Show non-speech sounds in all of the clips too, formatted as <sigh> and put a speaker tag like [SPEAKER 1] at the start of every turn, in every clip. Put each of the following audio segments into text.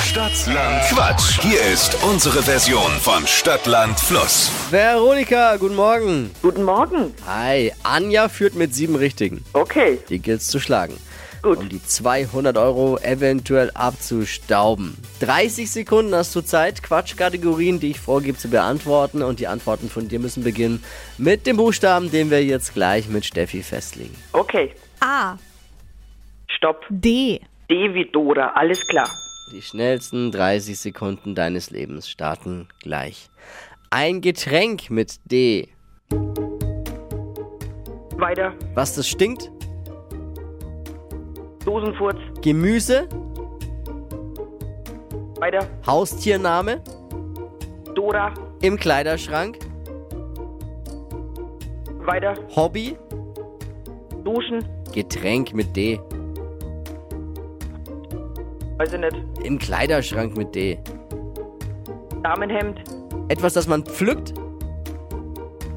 [SPEAKER 1] Stadtland Quatsch. Hier ist unsere Version von Stadtland Fluss.
[SPEAKER 2] Veronika, guten Morgen.
[SPEAKER 3] Guten Morgen.
[SPEAKER 2] Hi, Anja führt mit sieben Richtigen.
[SPEAKER 3] Okay,
[SPEAKER 2] Die gilt's zu schlagen.
[SPEAKER 3] Gut.
[SPEAKER 2] Um die 200 Euro eventuell abzustauben. 30 Sekunden hast du Zeit, Quatschkategorien, die ich vorgebe, zu beantworten. Und die Antworten von dir müssen beginnen mit dem Buchstaben, den wir jetzt gleich mit Steffi festlegen.
[SPEAKER 3] okay.
[SPEAKER 4] A.
[SPEAKER 3] Stopp.
[SPEAKER 4] D.
[SPEAKER 3] D wie Dora, alles klar.
[SPEAKER 2] Die schnellsten 30 Sekunden deines Lebens starten gleich. Ein Getränk mit D.
[SPEAKER 3] Weiter.
[SPEAKER 2] Was das stinkt?
[SPEAKER 3] Dosenfurz.
[SPEAKER 2] Gemüse?
[SPEAKER 3] Weiter.
[SPEAKER 2] Haustiername?
[SPEAKER 3] Dora.
[SPEAKER 2] Im Kleiderschrank?
[SPEAKER 3] Weiter.
[SPEAKER 2] Hobby?
[SPEAKER 3] Duschen.
[SPEAKER 2] Getränk mit D.
[SPEAKER 3] Weiß ich nicht.
[SPEAKER 2] Im Kleiderschrank mit D.
[SPEAKER 3] Damenhemd.
[SPEAKER 2] Etwas, das man pflückt?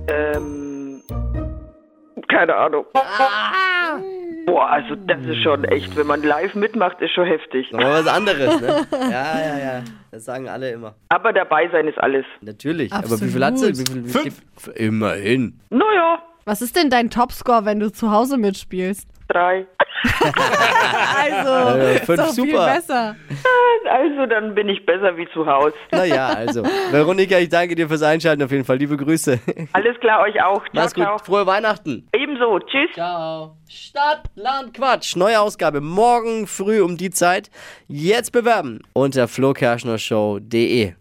[SPEAKER 3] Ähm. Keine Ahnung.
[SPEAKER 2] Ah.
[SPEAKER 3] Boah, also das ist schon echt, wenn man live mitmacht, ist schon heftig.
[SPEAKER 2] Nochmal was anderes, ne? Ja, ja, ja. Das sagen alle immer.
[SPEAKER 3] Aber dabei sein ist alles.
[SPEAKER 2] Natürlich.
[SPEAKER 4] Absolut.
[SPEAKER 2] Aber wie viel hat sie? Wie viel, wie Fünf. Immerhin.
[SPEAKER 3] Naja,
[SPEAKER 4] Was ist denn dein Topscore, wenn du zu Hause mitspielst?
[SPEAKER 3] drei. <laughs>
[SPEAKER 4] Also,
[SPEAKER 2] Äh, fünf,
[SPEAKER 4] ist doch viel
[SPEAKER 2] super.
[SPEAKER 4] besser.
[SPEAKER 3] Also dann bin ich besser wie zu Hause.
[SPEAKER 2] Naja, also. Veronika, ich danke dir fürs Einschalten auf jeden Fall. Liebe Grüße.
[SPEAKER 3] Alles klar, euch auch. Ciao,
[SPEAKER 2] Mach's gut.
[SPEAKER 3] ciao.
[SPEAKER 2] Frohe Weihnachten.
[SPEAKER 3] Ebenso. Tschüss.
[SPEAKER 2] Ciao. Stadt, Land, Quatsch. Neue Ausgabe morgen früh um die Zeit. Jetzt bewerben unter flokerschnershow.de.